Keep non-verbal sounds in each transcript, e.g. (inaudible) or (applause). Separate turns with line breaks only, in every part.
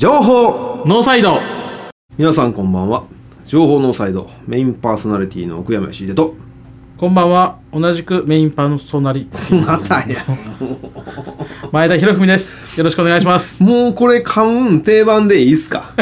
情報
ノーサイド
皆さんこんばんは情報ノーサイドメインパーソナリティの奥山義秀
(laughs)
と
こんばんは同じくメインパーソナリティ
またや
前田博文ですよろしくお願いし
(laughs)
ます
もうこれカウン定番でいいっすか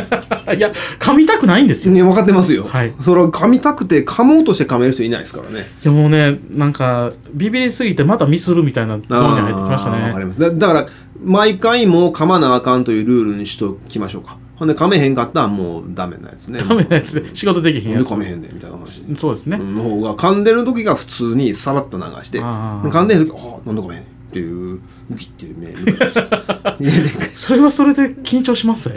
いや噛みたくないんですよ
ね分かってますよ、
はい
それは噛みたくて噛もうとして噛める人いないですからね
いやもうねなんかビビりすぎてまたミスるみたいなゾーンに入ってきました
あーわか
ね
りますだだから毎回もう噛まなあかんというルールにしときましょうかほんで噛めへんかったらもうダメなやつね
ダメなやつで仕事できへん
な
や
ん
つ
で噛めへんでみたいな話
そうですね、
の方が噛んでる時が普通にさらっと流して
あー
噛んでる時ああなんだごめんっていうビッて目見てます
それはそれで緊張
(laughs)
しますね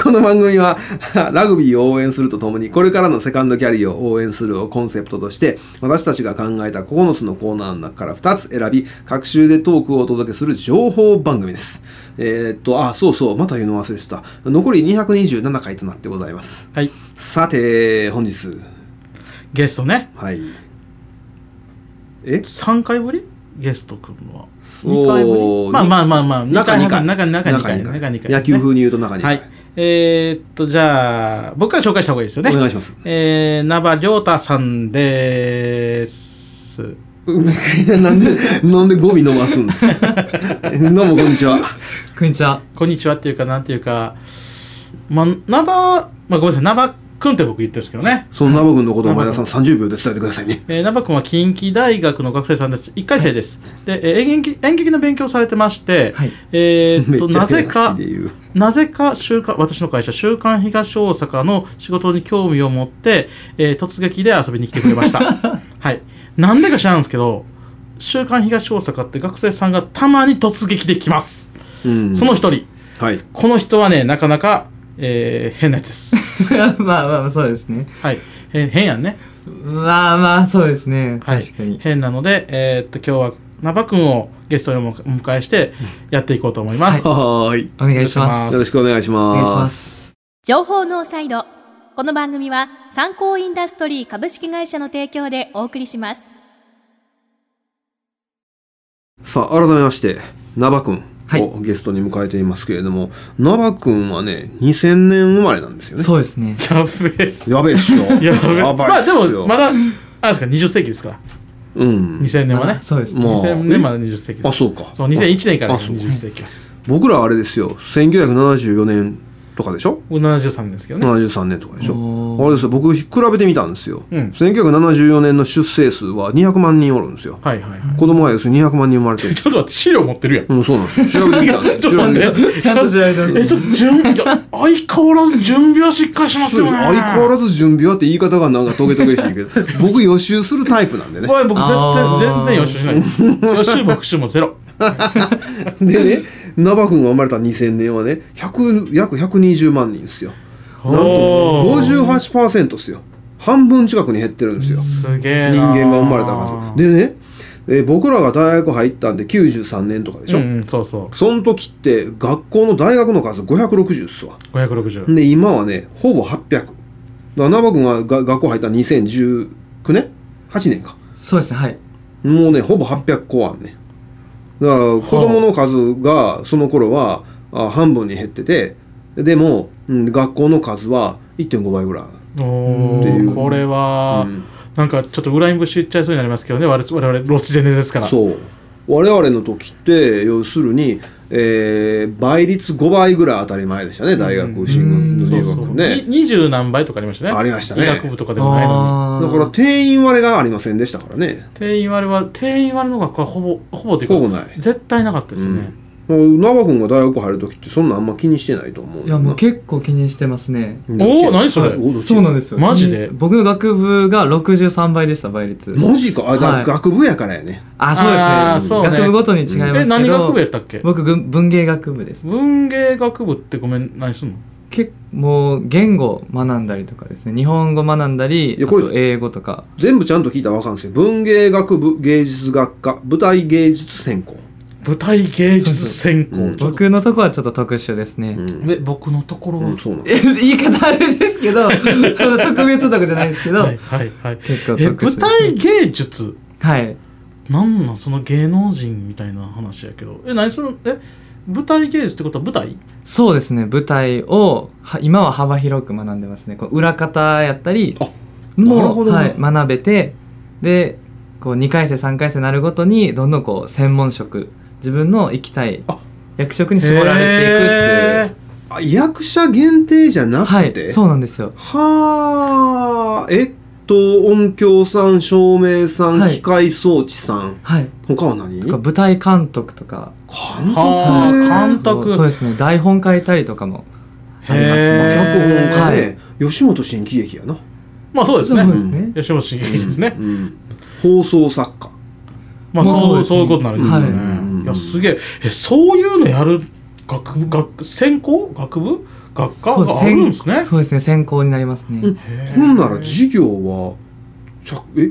この番組は (laughs) ラグビーを応援するとともにこれからのセカンドキャリアを応援するをコンセプトとして私たちが考えた9つのコーナーの中から2つ選び各週でトークをお届けする情報番組ですえーっとあそうそうまた言うの忘れてた残り227回となってございます
はい
さて本日
ゲストね
はいえ
3回ぶりゲストくんは
おー
2回ぶりまあ
に
まあまあまあ
中2回
中2回中2回
中
中2回
野球風に言うと中
で
2
すねは
回、
いえー、っとじゃあ僕から紹介した方がいいですよね
お願いします
えー、ナバリョータさんです。
うんなんで、なんで語尾伸ばすんですか
(laughs)
どうもこんにちは。
こんにちは。
こんにちはっていうか、なんていうか、まあ、ナバ、まあ、ごめんなさい、ナバくんって僕言ってるんですけどね。
そのナバ君のことを前田さん30秒で伝えてくださいね。
えー、ナバくんは近畿大学の学生さんです。1回生です。で、えー演劇演劇の勉強をされてまして、
はい
えーっ
(laughs) め
と、
っち
な
ゃ
ぜ
早
か
口、で言う。
なぜか週刊私の会社「週刊東大阪」の仕事に興味を持って、えー突撃で遊びに来てくれました
(laughs)
はいなんでか知らんですけど「週刊東大阪」って学生さんがたまに突撃できます、
うん
その一人
はい。
この人はねなかなか、えー変なやつです
(laughs)
まあまあ、そうですね。
はい、えー変やんね
まあまあ、そうですね。
はい
確かに。
変なのでえーっと今日はナバ君をゲストにお迎えしてやっていこうと思います、
はーい。
お願いします。
よろしくお願いし
お
ます。
願いします。
情報ノーサイド。この番組は参考インダストリー株式会社の提供でお送りします。
さあ、改めまして、ナバ君
はい
をゲストに迎えていますけれども、ナバ君はね、2000年生まれなんですよね。
そうですね。
(laughs) やべ
やべえっしょ。
え (laughs) やべえ
やばい
まあ
っ
です
よ
もまだあれですか20世紀ですから
うん。
2000年はね
まあそうですね。
まあ
2000年まで20世紀です
あ、そうか。
そう2001年から
あそう
20世紀は
僕らはあれですよ、1974年とかでしょ
僕73年ですけどね
73年とかでしょ
おー
あれですよ僕比べてみたんですよ、
うん
1974年の出生数は200万人おるんですよ
はいはいはい
子供は要するに200万人生まれてる
ちょっと待って資料持ってるやん
うんそうなんですよ調べてみたんですよ
(laughs) ちょっと待
調べてみたんですよ
って
ちゃんと調べてます
えちょっと準備いや相変わらず準備はしっかりします
そう
よ
で
ね
す相変わらず準備はって言い方がなんかトゲトゲしいけど僕予習するタイプなんでね
おい僕全
あ
然全
ー
然予習しない予習も復習もゼロ
でねナバ君が生まれた2000年はね100約120万人ですよなんと
おー
58%ですよ半分近くに減ってるんですよ
すげえ
人
な
間が生まれた数でね、えー僕らが大学入ったんで93年とかでしょ、
うんうんそうそ
その時って学校の大学の数560っすわ
う560
で今はねほぼ800だから生君がが学校入ったの2019年8年か
そうですね。はい。
もうねほぼ800校あんねだから子供の数がその頃はあ半分に減っててでも、うん、学校の数は1.5倍ぐらい、
お
っていう
ーこれは
うん
なんかちょっと裏にぶし言っちゃいそうになりますけどね我々我々ロスジェネですから
そう我々の時って要するに、えー倍率5倍ぐらい当たり前でしたね大学進
う
学
ん
そう
入
そう
学ね
に20何倍とかありましたね
ありましたね
医学部とかでもないのに
だから定員割れがありませんでしたからね
定員割れは定員割れの学科はほぼほぼっていうか
ほぼない
絶対なかったですよね、
もう縄君が大学入る時ってそんなんあんま気にしてないと思う
いや、もう結構気にしてますね。
おお何それ、
はい
おどっち
そうなんですよ。
マジで
気に僕の学部が63倍でした、倍率。
マジかあ、だ
はい
学部やからやね
あ、
あー
そ
そうう
で
ね
すね。学部ごとに違いますけど。
え何学部やったっけ
僕、文文芸学部です。
文芸学部ってごめん何すんの
結もう、言語学んだりとかですね。日本語学んだり、
いや
あ
これ
と英語とか。
全部ちゃんと聞いたらわかるんですよ文芸学部芸術学科舞台芸術専攻、
舞台芸術専攻
そうそう
僕のとこはちょっと特殊ですね。
うん
え僕のところは、
うん、そうなんです
え (laughs) 言い方あれですけ
(laughs)
どその特別とかじゃないですけど、
はいはいはい
結構
え舞
特殊です
台
ね
芸術
はい
なんなんその芸能人みたいな話やけどえ何そのえ舞台芸術ってことは舞台
そうですね舞台をは今は幅広く学んでますねこう裏方やったり
あなる
も
ほ
う、
どね
はい、学べてでこう2回生3回生になるごとにどんどんこう専門職自分の行きたい
あ
役職に絞られていくっていう、
あ役者限定じゃな
は
くて、
いそうなんですよ
はあえっと音響さん照明さん、
はい
機械装置さん
はい
他は何
とか舞台監督とか
監督
はあ
ね
監督
そうそうですね台本書いたりとかもあります
あ
へ
ね
ー
脚本家
は
ね、吉本新喜劇やな
まあそうです
そう
ね
ですね
吉本新喜劇ですね、
うんうん放送作家
まあ
まあ
そうそ
そ
い
ううですね
うことになるんですよね、
はい
い、やすげええそういうのやる学部学専攻学部学科があるんですね
そうですね専攻になりますね、
うん
へー
ほんなら授業はちゃえ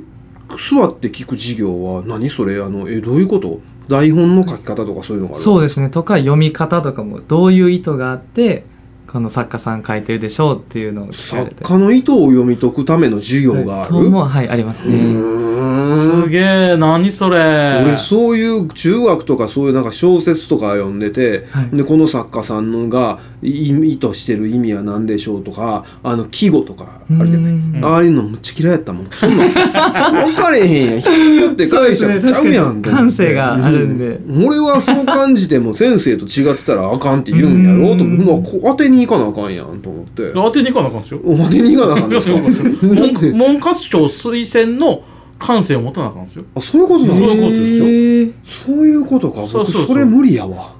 座って聞く授業は何それあのえどういうこと台本の書き方とかそういうのがある
そうですねとか読み方とかもどういう意図があってこの作家さん書いてるでしょうっていうのを聞かれ
作
て
家の意図を読み解くための授業がある
ともはいあります
う
ね
ーん
すげえ何それ
俺そういう中学とかそういうなんか小説とか読んでて、
はい
でこの作家さんのがい意図してる意味は何でしょうとかあの季語とかあるじゃない、
うん
ああいうのむっちゃ嫌いやったもんそんなん分かれへんやん人によって解釈ちゃうやんと思って
感性があるんで、
うん俺はそう感じても先生と違ってたらあかんって言うんやろうと
うん
思って当てに行かなあかんやんと思って
当てに行かなあかんですよ
当てに行かなあかんの
要 (laughs)
ですか
するに
なんで
文文科省推薦の感性を持たなあかんですよ
あそういうことな
そ
ん
う
で
い
す
うことですよ
そういうことか
そう
僕
そうそう
それ無理やわ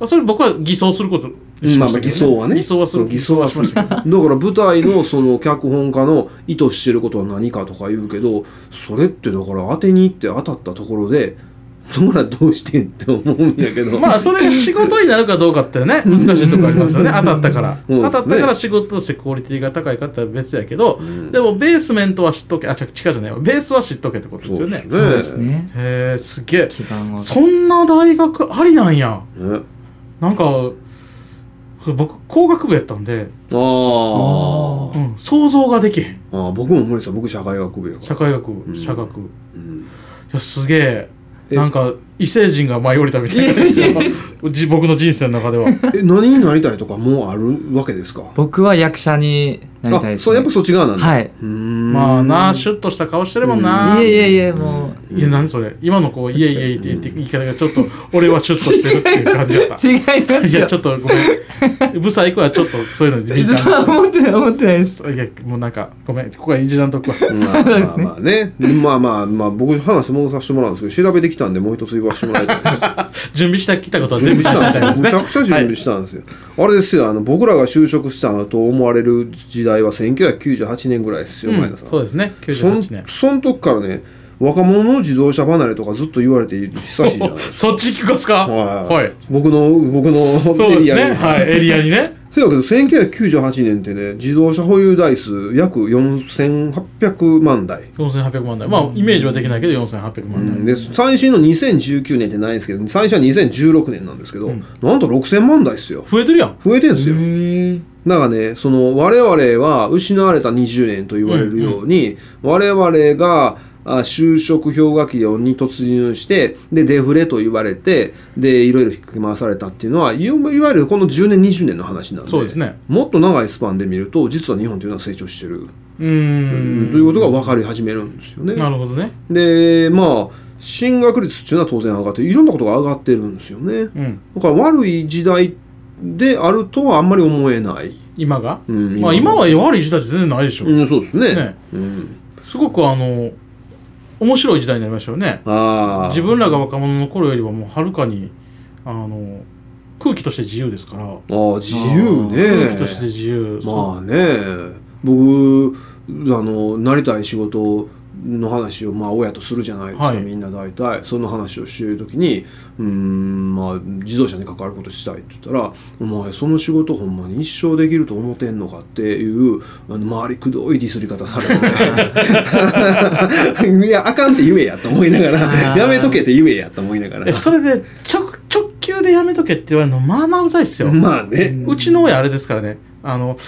あそれ僕は偽装することにし
まあま
まし
あ
たけ
偽
ど
装はね
偽装はする
そう偽装はしました
け
けどだから舞台のその脚本家の意図してることは何かとか言うけどそれってだから当てに行って当たったところでそらどうしてんって思うんやけど
どまあそれが仕事になるかどうかってね難しいところありますよね当たったから、
そうですね
当たったから仕事としてクオリティが高いかって言ったら別やけど
う、ん
でもベースメントは知っとけあ違う違うじゃないわベースは知っとけってことですよね
そう
そうですね
へえすげえ
基盤を
そんな大学ありなんや
ね
なんか僕工学部やったんで、
あー
あ
うん、想像ができへん
あー僕も無理さ僕社会学部やか
社
ら、
会学
ん
部社学部、い
うん
やすげえ
え
なんか異星人が舞い降りたみたいな感じ
いやい
でじ僕の人生の中では
え何になりたいとかもうあるわけですか
僕は役者になりたい
あ
です、
そうやっぱそっち側なんだ、
はい
ま
ま
あなシュッとした顔してるもんな、
いえいえいえもう
いや何それ今のこう「いえいえい」って言って言い方がちょっと俺はシュッとしてるっていう感じだった
違いま
い
す
や
よ
ちょっとごめんブサイクはちょっとそういうのに敏感
(laughs) そう思ってない思ってないです
いやもうなんかごめんここは一段とこは
まあまあまあねまあまあまあ僕話戻させてもらうんですけど調べてきたんでもう一つ言わせてもらいたいです
準備してきたことは全部したみたいです
む
ね
ちゃくちゃ準備したんですよ、あれですよあの僕らが就職したと思われる時代は1998年ぐらいですよ、
はい
前
う
田
ん
さん
そうですね98年
そんその時からね若者の自動車離れとかずっと言われて久しいじゃないですか
そっち聞かすか
は
はいい、
僕の僕の
そう
エ
で
リ
す
アに
ねはいエリアにね
そうやけど1998年ってね自動車保有台数約4800万台
4800万台まあイメージはできないけど4800
う
万台、
んで最新の2019年ってないんですけど最初は2016年なんですけど、
うん
なんと6000万台っすよ
増えてるやん
増えてん
へ
すよ
ー
だからねその我々は失われた20年と言われるように、我々があ就職氷河期に突入してでデフレと言われてでいろいろ引き回されたっていうのはいいわゆるこの10年20年の話なんで
そうですね
もっと長いスパンで見ると実は日本というのは成長してる、
うーん
ということが分かり始めるんですよね。
なるほどね
でまあ進学率っていうのは当然上がっていろんなことが上がってるんですよね。
うん
だから悪い時代であるとはあんまり思えない。
今が、
うん
まあ今は悪い時代じゃ全然ないでしょ、
うん、そうですね。
ね
うん、
すごくあの面白い時代になりましたよね
ああ。
自分らが若者の頃よりはもうはるかにあの空気として自由ですから
ああ、自由
空気として
ね。
自由、
まあね。僕、あの、なりたい仕事。の話をまあ親とするじゃないですか、
はい
みんな大体その話をしている時に「うーんまあ自動車に関わることしたい」って言ったら「お前その仕事ほんまに一生できると思ってんのか」っていうあの回りくどいディスり方されて、 (laughs) ね、いやあかんって言えやと思いながら
あー
やめとけって言えやと思いなが
え
ら
それで直直球でやめとけって言われるのまあまあうざいっす
(laughs)
よ、
まあね
うちの親あれですからねあの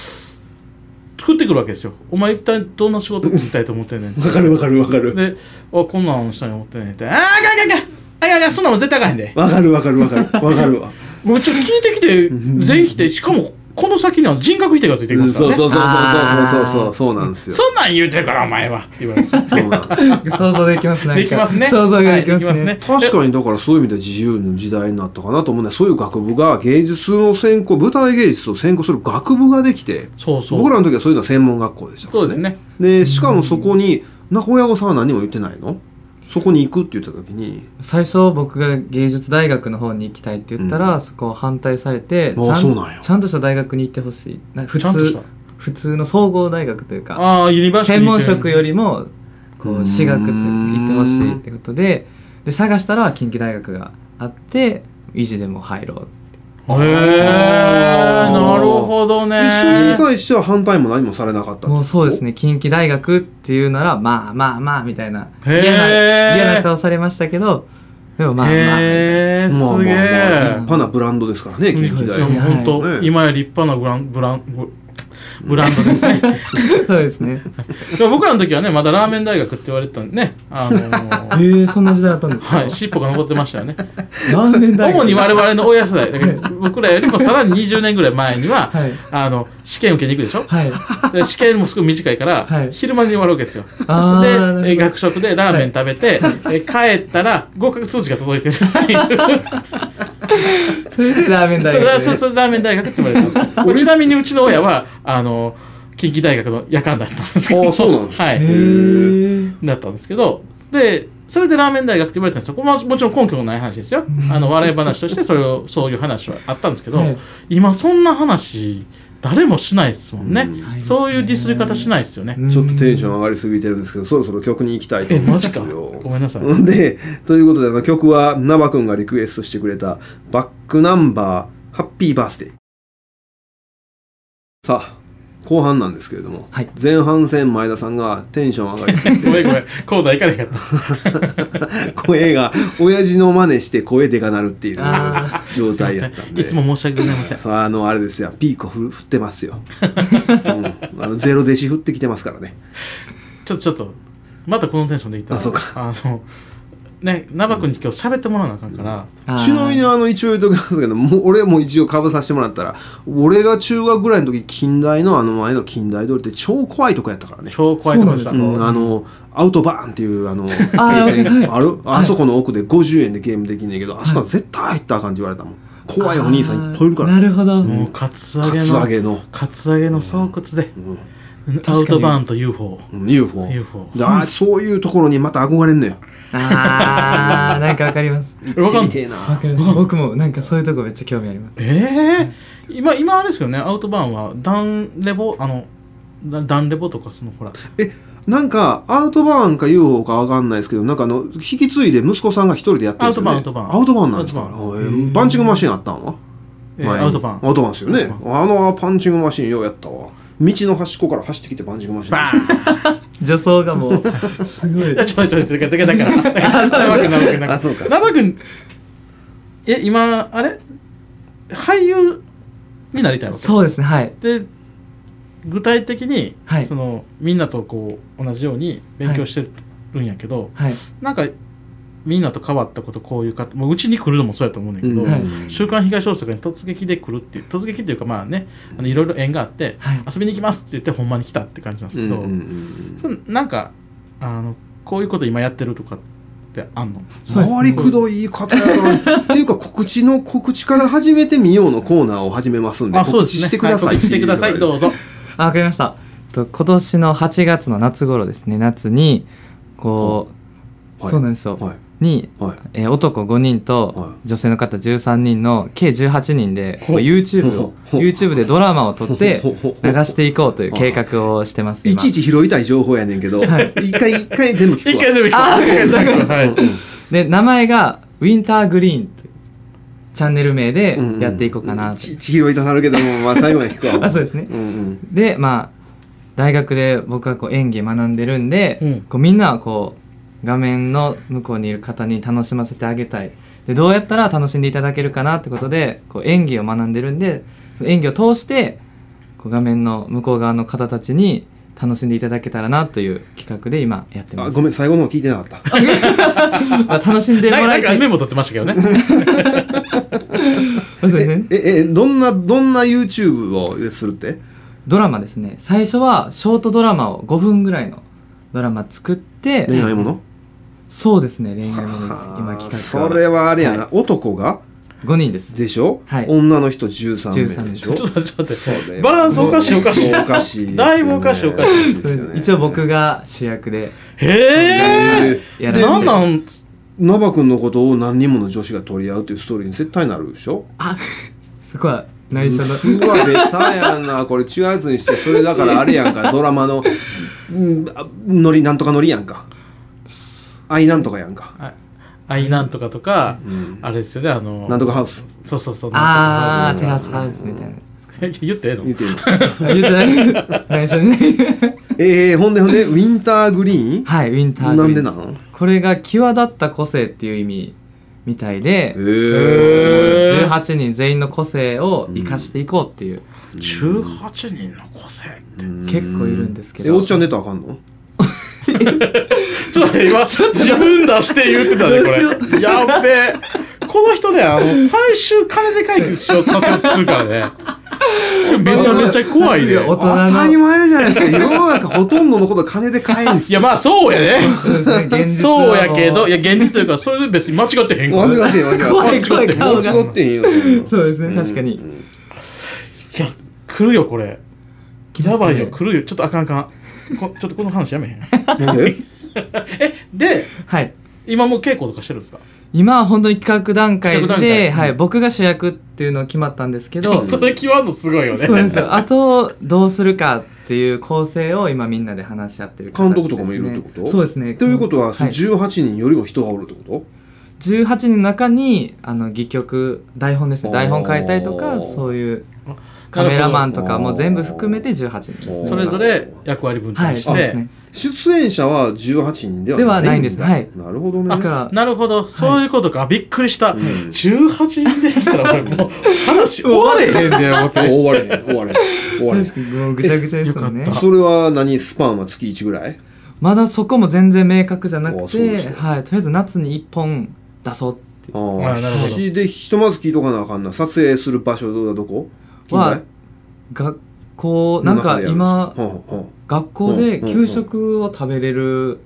作ってくるわけですよお前一体どんな仕事作りたいと思ってんねん
わかるわかるわかる
であこんなんしたいと思ってんねんってあーあかんあかんあかんあかんあかんそんなもん絶対あかんへんで
わかるわかるわかるわかるわ
もうちょっと聞いてきて全否定しかもこの先には人格否定がついてき
う
ま
ん
すから
そ
ね
うそうそうそうそうそうそう
あー
そうなんですよ。
そんなん言うてるからお前はって言われ
(laughs)
て
そうなん
想像できますね。
できますね
想像ができ
はいできま
ますす
ね
ね。
確かにだからそういう意味では自由の時代になったかなと思うねそういう学部が芸術を専攻舞台芸術を専攻する学部ができて
そうそう
僕らの時はそういうのは専門学校でしたか
そ
ら
うですね
でしかもそこになんか親御さんは何も言ってないのそこに行くって言った時に
最初僕が芸術大学の方に行きたいって言ったら、
う
そこを反対されてち
あ
ゃ
そうなんや
ちゃんとした大学に行ってほしいなんか普
ちゃんとし
通
た
普通の総合大学というか
ああユニバーシティ
専門職よ
り
りも
う
こ
ーん
う私学というか行ってほしいってことでで探したら近畿大学があって維持でも入ろう
へえなるほど
でそれ
ね
に対しては反対も何もされなかった
もうそうです
ね
ね近畿大学っていうならまあまあまあみたいな
へー
嫌な嫌な顔されましたけどでもまあまあ
へえ
まあまあまあ
すげ
立
え
派なブランドですからね近
そ
畿
うで
大
すよ
学
もう本当、
はい
今や立派なブランブランブブランドですね
(laughs) (laughs) そうですね
でも僕らの時はねまだラーメン大学って言われてたんでねあのー
へ (laughs) えそんな時代だったんですか、
はい、尻尾が残ってましたよね
ラーメン (laughs) 大学
主に我々の親世代だから僕らよりもさらに20年ぐらい前には、
(laughs) はい
あの試験受けに行くでしょ
はい
(laughs) で試験もすごい短いから、
はい
昼間に終わるわけですよ
あーなるほど
でえ学食でラーメン食べて、え帰ったら合格通知が届いてるっていう
(laughs) それでラーメン大
そう
学
ラ
で
そうそうラーメン大学って言われたん
(laughs)
ですよちなみにうちの親はあの近畿大学の夜間だったんですけど
ああそうなんですか
は
へ
い、
ー
だったんですけどでそれでラーメン大学って言われたんですよこれはもちろん根拠のない話ですよあの笑い話としてそれをそういう話はあったんですけど、
はい
今そんな話誰もしないですもんね、
うん
ないですね
そういうディスり方しないですよね、
ちょっとテンション上がりすぎてるんですけどそろそろ曲に行きたいと
え
思い
マ
ま
ジ
す
か
よ
ごめんなさい、
(laughs) で、ということで、あの曲は、ナバ君がリクエストしてくれた、バックナンバー、ハッピーバースデー。さあ、後半なんですけれども、
はい
前半戦、前田さんがテンション上がりすぎて、
ごめんごめんコーダー行かなかっ (laughs)
声が、親父の真似して声でかなるっていう
あ
状態やったたん
い
で。
つも申し訳ございません
さああのあれですよピーコ振振ってます
(laughs)
よ、うん、あのゼロ弟子振ってきてますからね
ちょっとちょっとまたこのテンションでいったら
あそうか
あのねナバ君に今日喋ってもらわなあかんから、
あー
ちなみにあの一応言っときますけどもう俺も一応かぶさせてもらったら俺が中学ぐらいの時近代のあの前の近代通りって超怖いとこやったからね、
超怖いとこでした
う
そなん
ん、あのアウトバーンっていうあのゲ
あ
ーセンあるあそこの奥で50円でゲームできんねんけどあそこは絶対入ったらあかんって言われたもん怖いお兄さんいっぱいいるから
なるほど
もうカツア
カ
ゲ
ツ
の
アゲの、
カツアゲの巣窟で、
うん
アウトバーンと UFO
うん、UFO,
UFO
であーそういうところにまた憧れんのよ
あーなんかわかります
行
わ
って
かん
みてえ
わ
な
かります僕もなんかそういうとこめっちゃ興味あります
ええ今今あれですけどねアウトバーンはダンレボあのダダンレボとかそのほら
えなんかアウトバーンか UFO かわかんないですけどなんかあの引き継いで息子さんが一人でやってるんですよ、ね、
アウトバーン
アウトバーンなんですか
アウトバ
あえーパンチングマシンあったんは、
えー
前に
アウトバーン
アウトバーンですよ
アウ
ね
ト
あのパンチングマシンようやったわ道の端っこから走ってきてパンチングマシン
バー
女装がもうすごい
ン (laughs) ちょいちょいちょいだからだからだから生君生君
(laughs) あそうか
生君え今あれ俳優になりたいわけ
そうですねはい
で具体的に、
はい
そのみんなとこう同じように勉強してるんやけど、
はい
なんかみんなと変わったことこういうかもううちに来るのもそうやと思うねんだけど、
うん
はい
週刊東大阪に突撃で来るっていう突撃っていうかまあねあのいろいろ縁があって、
はい
遊びに来ますって言ってほんまに来たって感じなんです
うん
け
う
ど、
んうん
そのなんかあのこういうこと今やってるとかってあんの
そうです
回りくどい言い方やなっていうか告知の告知から始めてみようのコーナーを始めますんで
あそう
告
です
知
ね
してください、
はい告知してくださいど
(laughs)
うぞ
あわかりましたと今年の8月の夏頃ですね夏にこう、
はい
そうなんですよ、
はい
に、
はい
えー男5人
は
と
い
女性の方13人の計18人でこう
ほ
YouTube を
ほほ
YouTube でドラマを撮って
ほほほ
流していこうという計画をしてます
いちい
ち
ち拾いたい情報やねんけど、
はい
一回一回全部聞く
一
わ
回全部
あー
一回全部はい
で名前がウィンターグリーンというチャンネル名でやっていこうかなと、
ちち拾いたなるけども、まあ、最後まで聞くわ
(laughs) あそうですね
うんうん
でまあ大学で僕はこう演技学んでるんで、
うん
こうみんなはこう画面の向こうにいる方に楽しませてあげたいでどうやったら楽しんでいただけるかなってことでこう演技を学んでるんでその演技を通してこう画面の向こう側の方たちに楽しんでいただけたらなという企画で今やってま
あ
す
ごめん最後の方聞いてなかった
(laughs) まあ楽しんでも
な
ら
なん
い
か
たい
メモ取ってましたけどね
そうですね
えええどんなどんな YouTube をするって
ドラマですね最初はショートドラマを5分ぐらいのドラマ作って
恋愛もの
そうですね恋愛ものです
はあ
今企画
それはあれやな、
は
男が
5人です
でしょ、
はい
女の人13名でしょ
(laughs) ちょっと待って、ちょっと待
そ
っ
れ
て。
は
バランスおかしい、おかしい。
おかしいですよね
だいぶおかしいおかしい
ですよね
一応僕が主役で
へえ。
え
やらせて
なんなん
ノバ君のことを何人もの女子が取り合うっていうストーリーに絶対なるでしょ
そこは内緒の
うわベタやなこれ違うやつにしてそれだからあれやんか
(laughs)
ドラマのうんあノリなんとかノリやんか愛なんとかやんか、
あ愛なんとかとか、
うん、
あれですよね、あの、
なんとかハウス
そうそうそう。な
あ
ん
あ
と
テ
か
ラ
そう
スハウスみたいな
そうそう言ってええの
言ってみる
あ言うてない内緒に (laughs) ね
えー、ほんでほんでウィンターグリーン
はいウィンターグリーン
なんでなの
これが際立った個性っていう意味みたいで
えー
18人全員の個性を生かしていこうって (laughs) いう、
18人の個性って。
結構いるんですけど
えおっちゃん出たらあかんの
ちょっと待って、今、自分出して言ってたね、これ。やっべえ。この人ね、あの、最終金で解決しようとさせようとするからね。それめちゃめちゃ怖いね。
お
当たり前じゃないですか世の中ほとんどのこと金で買えん
い
す
や、
よ
まあ、そうやね。
そうですね現実は
そ
も
ううやけど、いや、現実というか、それで別に間違ってへんから。
間違ってへん
怖
間違っ
い怖い顔
てへん
が
間違ってへんよ
そうですね
ん
確かに
うん
いや、来るよ、これ。
来ます
や
か
ば
ね
いよ、来るよ。ちょっとあかんあかん。こちょっとこの話やめへ
(laughs)
ん。
え
え、で、
はい
今もう稽古とかしてるんですか
今は本当に企画段階で
企画段階
はい、僕が主役っていうの決まったんですけ
(laughs)
(laughs)
ど
それ際のすごいよね。
そうですよあとどうするかっていう構成を今みんなで話し合ってる形です、ね、
監督とかもいるってこと
そうですね
ということは、
はい、
18人よりも人がおるってこ
18人の中にあの戯曲台本ですね
おー
台本変えたりとかそういうカメラマンとかも全部含めて18人です
おー
ね
それぞれ役割分
はい
担して、
そうですね
と出演者は18人では
ではないんです
だ
はい
なるほどね
だ
(laughs)
から
なるほど、そういうことか。びっくりした。
ん
18人できたら、俺もう話終われへんねん、思っ
あ
て。
終われへん終われへん終われへん
確かにもうぐちゃぐちゃですよね
よかっ
それは何スパンは月1ぐらい
まだそこも全然明確じゃな
あ
く
そうです
て、
か
はい、とりあえず夏に1本出そうっていう
あ
あなるほど
ひでひとまず聞いとかなあかんな撮影する場所はどこ
は
近
学校
代
なんか
の中
今
でやるんですかはあはあ
学校で
うんうんうん
給食を食べれる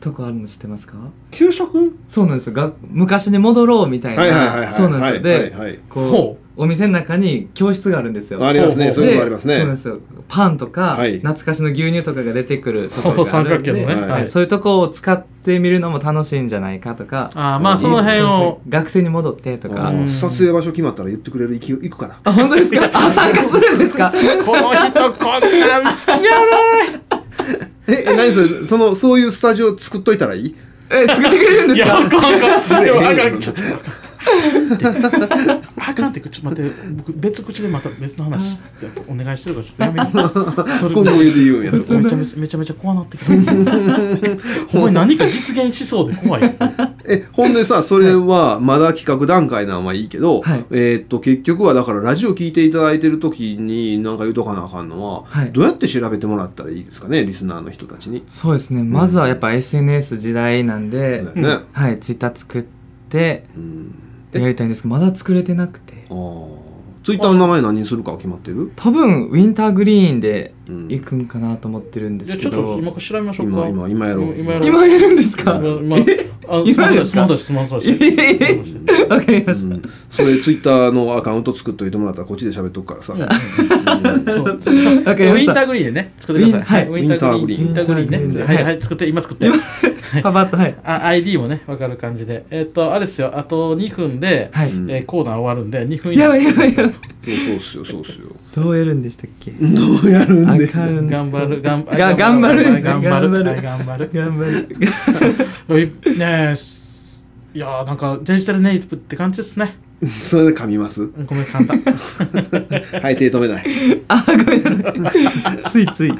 とこあるの知ってますか
給食
そうなんですよが昔に戻ろうみたい
はいはいはいはい
なそうなんですよ
はい
で
はいはい
こ
ほ
うお店の中に教室があるんですよ
ありますね
ほうほう
そういうのもあります
でそうなん
ね
ですよパンとか、
はい
懐かしの牛乳とかが出てくるとこ
そう
ろ
そう
があるんで
三角形のね
はい
はい
そういうとこを使ってみるのも楽しいんじゃないかとか
あーまあ、その辺を。
学生に戻ってと
あ
か
ー撮影場所決まったら言ってくれる行き行くから
あ本当で
(laughs)
すかあ参加するんですか
この人、こんなん好きや
ええ何それそのそういうスタジオ作っといたらいい
え作ってくれるん
い
で
や、
すか
あかんあかん。
れ
でもあか
ええ
ん、ちょっとあかん。あかんって、ちょっと待って、僕、別口でまた別の話して、お願いしてるから、ちょっとやめ (laughs) に。それ
今後言うて言うんや
め
(laughs)
ちゃめちゃめちゃめちゃ怖なってき (laughs) た。ほんまに何か実現しそうで怖 (laughs) い。
えほんでさそれはまだ企画段階なんはいいけど、
はい
えーっと結局はだからラジオ聞いていただいてる時に何か言うとかなあかんのは、
はい
どうやって調べてもらったらいいですかねリスナーの人たちに。
そうですねまずはやっぱ SNS 時代なんで、
だよね
はいツイッター作って
うん
やりたいんですけどまだ作れてなくて
あツイッターの名前何にするかは決まってる、
多分ウィンターグリーンで
うん
行くんかなと思ってるんで
じ
す
ゃあ
け
ちょっと
ど
今から調べましょうか。
今今今やろう
今やろう。
今やるん
(laughs)
ですか
今あのスマ
今
ホで
ですす
スマ
か
ホですスマホです。
えわかり
う
ました、
ん、それツイッターのアカウント作っといてもらったらこっちで喋っとくからさ、
そうそうウ
わかりま
ィ
し
ンタ
た
ーグリーンでね作ってください。
ウ
ウィンターグリーン。ウィン
ウィン
タ
タ
ーグ
ーグ
リ
リーン
ーンね。
ウィンターグリーンで
はい
は
はいい作って今作って。はい
パパッとはい
あ ID もねわかる感じで。えっとあれですよあと2分で
はい、
うん
えーコーナー終わるんで2分以
やば
内
いやばいやばい
そうそうっすよそうっすよ
どうやるんでしたっけ
どうやるん
ア
です
カウント
頑張る頑張
が頑張るですね
頑張るはい
頑
頑張る。
頑張る
はいねえすいやーなんかデジタルネイティブって感じですね。
それで噛みます (laughs)
うんごめん簡単。 (laughs)
はい手止めない
(laughs) あごめんなさいついつい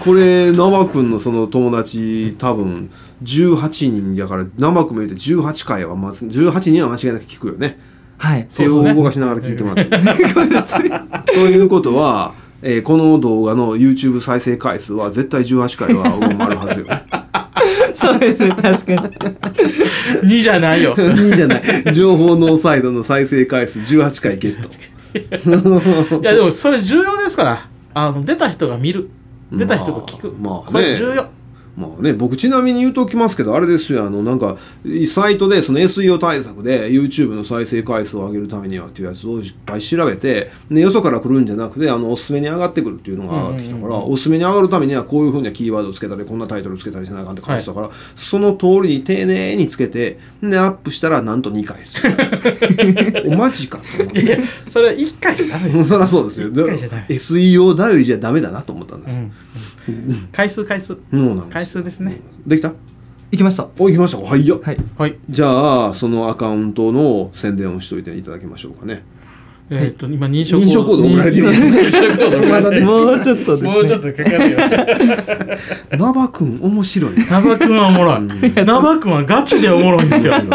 これ生くんのその友達多分18人やから生くんも入れて18回はまず18人は間違いなく聞くよね
はい
そう
手
です
を
ね
動かしながら聞いてもらってということは、えーこの動画の YouTube 再生回数は絶対18回は上回るはずよ
そうですね確かに
2じゃない (laughs)
(laughs)
よ
いいじゃない (laughs) 情報ノーサイドの再生回数18回ゲット
いやでもそれ重要ですからあの出た人が見る出た人が聞く、
まあまあ
これ
ね
重要
まあね、僕ちなみに言うときますけどあれですよあのなんかサイトでその SEO 対策で YouTube の再生回数を上げるためにはっていうやつをいっぱい調べて、ね、よそから来るんじゃなくてあのおすすめに上がってくるっていうのが上がってきたから、
うんうんうん
おすすめに上がるためにはこういうふうなキーワードをつけたりこんなタイトルつけたりしなあかんって感じだから、その通りに丁寧につけてでアップしたらなんと2回です
(laughs)
よおマジかと思っ
い
て (laughs)
やそれ1回じゃダメで
うん
す
そりゃそうですよで
一回じゃダメ
SEO 頼りじゃダメだなと思ったんで
う
す、
ん回数回数
そうなんです
回数ですね
できた
行きました
お行きましたかはいよ
はい
はい
じゃあそのアカウントの宣伝をしといていただきましょうかね。
えーっと今認証
認証コード送られてる。
(laughs) 認証コード送られてる
もうちょっとですね
もうちょっとかかるよ
ナバ君面白い。
ナバ君はおもろい。ナバ君はガチでおもろいんですよ。ナ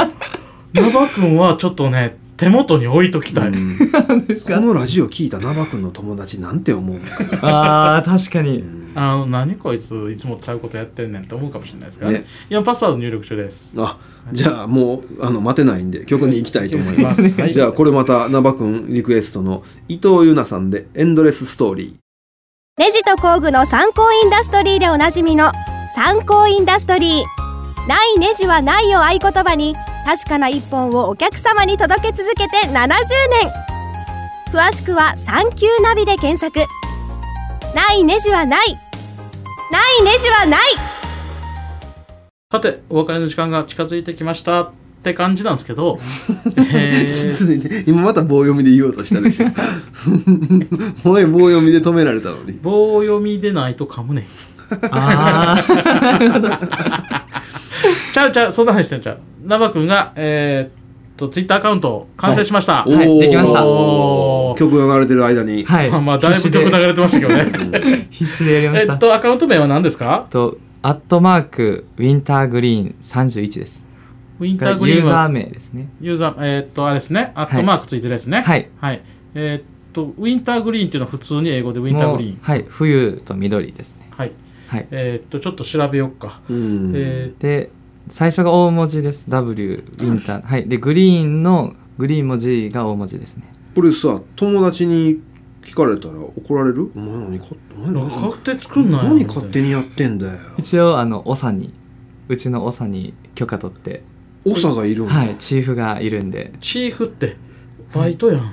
バ君はちょっとね、手元に置いときたい。
うん
何です
こ
か
のラジオ聞いたナバ君の友達なんて思うのかな
あー確か
う
に
ん
あの、何こいついつもちゃうことやってんねんと思うかもしれないですからね。
ね
今パスワード入力中です。
あじゃあもうあの待てないんで曲に行きたいと思います。
はい
じゃあこれまたナバ君リクエストの伊藤優奈さんで「エンドレスストーリー」。
ネジと工具の参考インダストリーでおなじみの参考インダストリーないネジはないを合言葉に確かな一本をお客様に届け続けて70年詳しくは「サンキューナビ」で検索ないネジはないないネジはない
さて、お別れの時間が近づいてきましたって感じなんです
(laughs)
けど、えー
実にね今また棒読みで言おうとしたでしょ。前棒読みで止められたのに。
棒読みでないと噛むねん。
あー
ちゃうちゃう、そんな話してんちゃう。ナバ君が、えーっと、ツイッターアカウント完成しました。
い
ー
できました
おー
曲が流れてる間に。
はい
まあまあ、だいぶ曲流れてました
(laughs)
けどね。
必死でやりま
え
した
っと、アカウント名は何ですか
えっとアットマークウィンターグリーン31です
ウィン
ユ
ターグリー
ー
ンは
ザー名ですね
ユーザー、えーっと、あれですね、アットマークついてるやつね。
はい。
えーっと、ウィンターグリーンっていうのは普通に英語でウィンターグリー
も
ン
う。はい冬と緑ですね
はい。
はい
えーっと、ちょっと調べよっか。
うん
え
で最初が大文字です W ウィンターはいでグリーンのグリーン文字が大文字ですね
これさ友達に聞かれたら怒られるお前何かお前
ー、
何
勝手作んなよ。
何勝手にやってんだよ
一応あの長にうちの長に許可取って
長がいるんだ、
はいチーフがいる
(laughs)
んで
チーフって、バイトやん。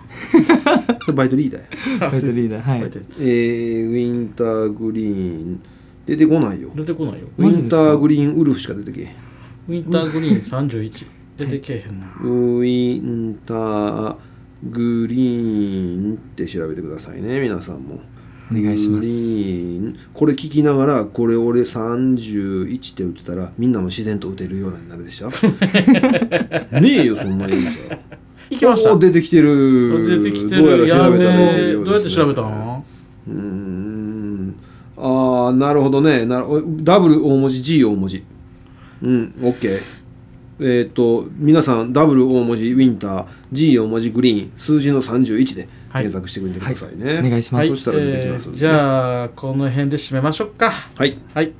バイトリーダーや、
バイトリーダーは
バイ
い
ト
えー、ウィンターグリーン出てこないよ
出てこないよ。
ウ
マジ
ィ
で
ン
す
タ
か
ーグリーンウルフしか出てけえ
ウィンターグリーン31。出てけえへんな。
ウィンターグリーンって調べてくださいね皆さんも
お願いしま
グ
す
リーンこれ聞きながらこれ俺31って打ってたらみんなも自然と打てるようになるで
(laughs)
しょねえよそんなにさ
行きました
お。出てきてる
出てきて
どう
る。
やら
や
調べ
べ
たら出てる
え。
よ
ど
う
う
ですね
やって調べたの
うーんああなるほどねなるおダブル大文字 G 大文字うんオッケーえっ、と皆さんダブル大文字ウィンター G 大文字グリーン数字の31で
はい
検索してみてくださいね、
お願いしま
はい。
そ
え
す
したら出てきますん
ー
で
じゃあ、この辺で締めましょうか。
はい
はい。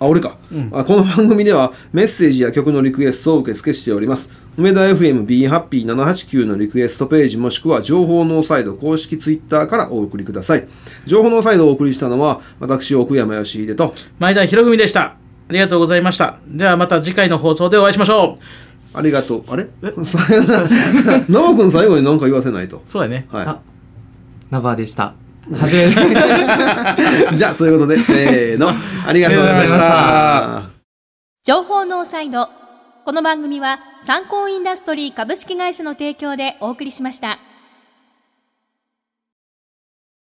あ俺か、
うん
あこの番組ではメッセージや曲のリクエストを受け付けしております梅田 FMBHappy789 のリクエストページもしくは情報ノーサイド公式ツイッターからお送りください情報ノーサイドをお送りしたのは私奥山義秀と
前田博文でした。ありがとうございました。ではまた次回の放送でお会いしましょう。
ありがとうあれ (laughs) さよならナオ君最後に何か言わせないと
そうやね。
は
あナバーでしたはじめまして
いじゃあそういうことでせーのありがとうございま
ありがとうござい
し
ました
情報ノーサイドこの番組は参考インダストリー株式会社の提供でお送りしました。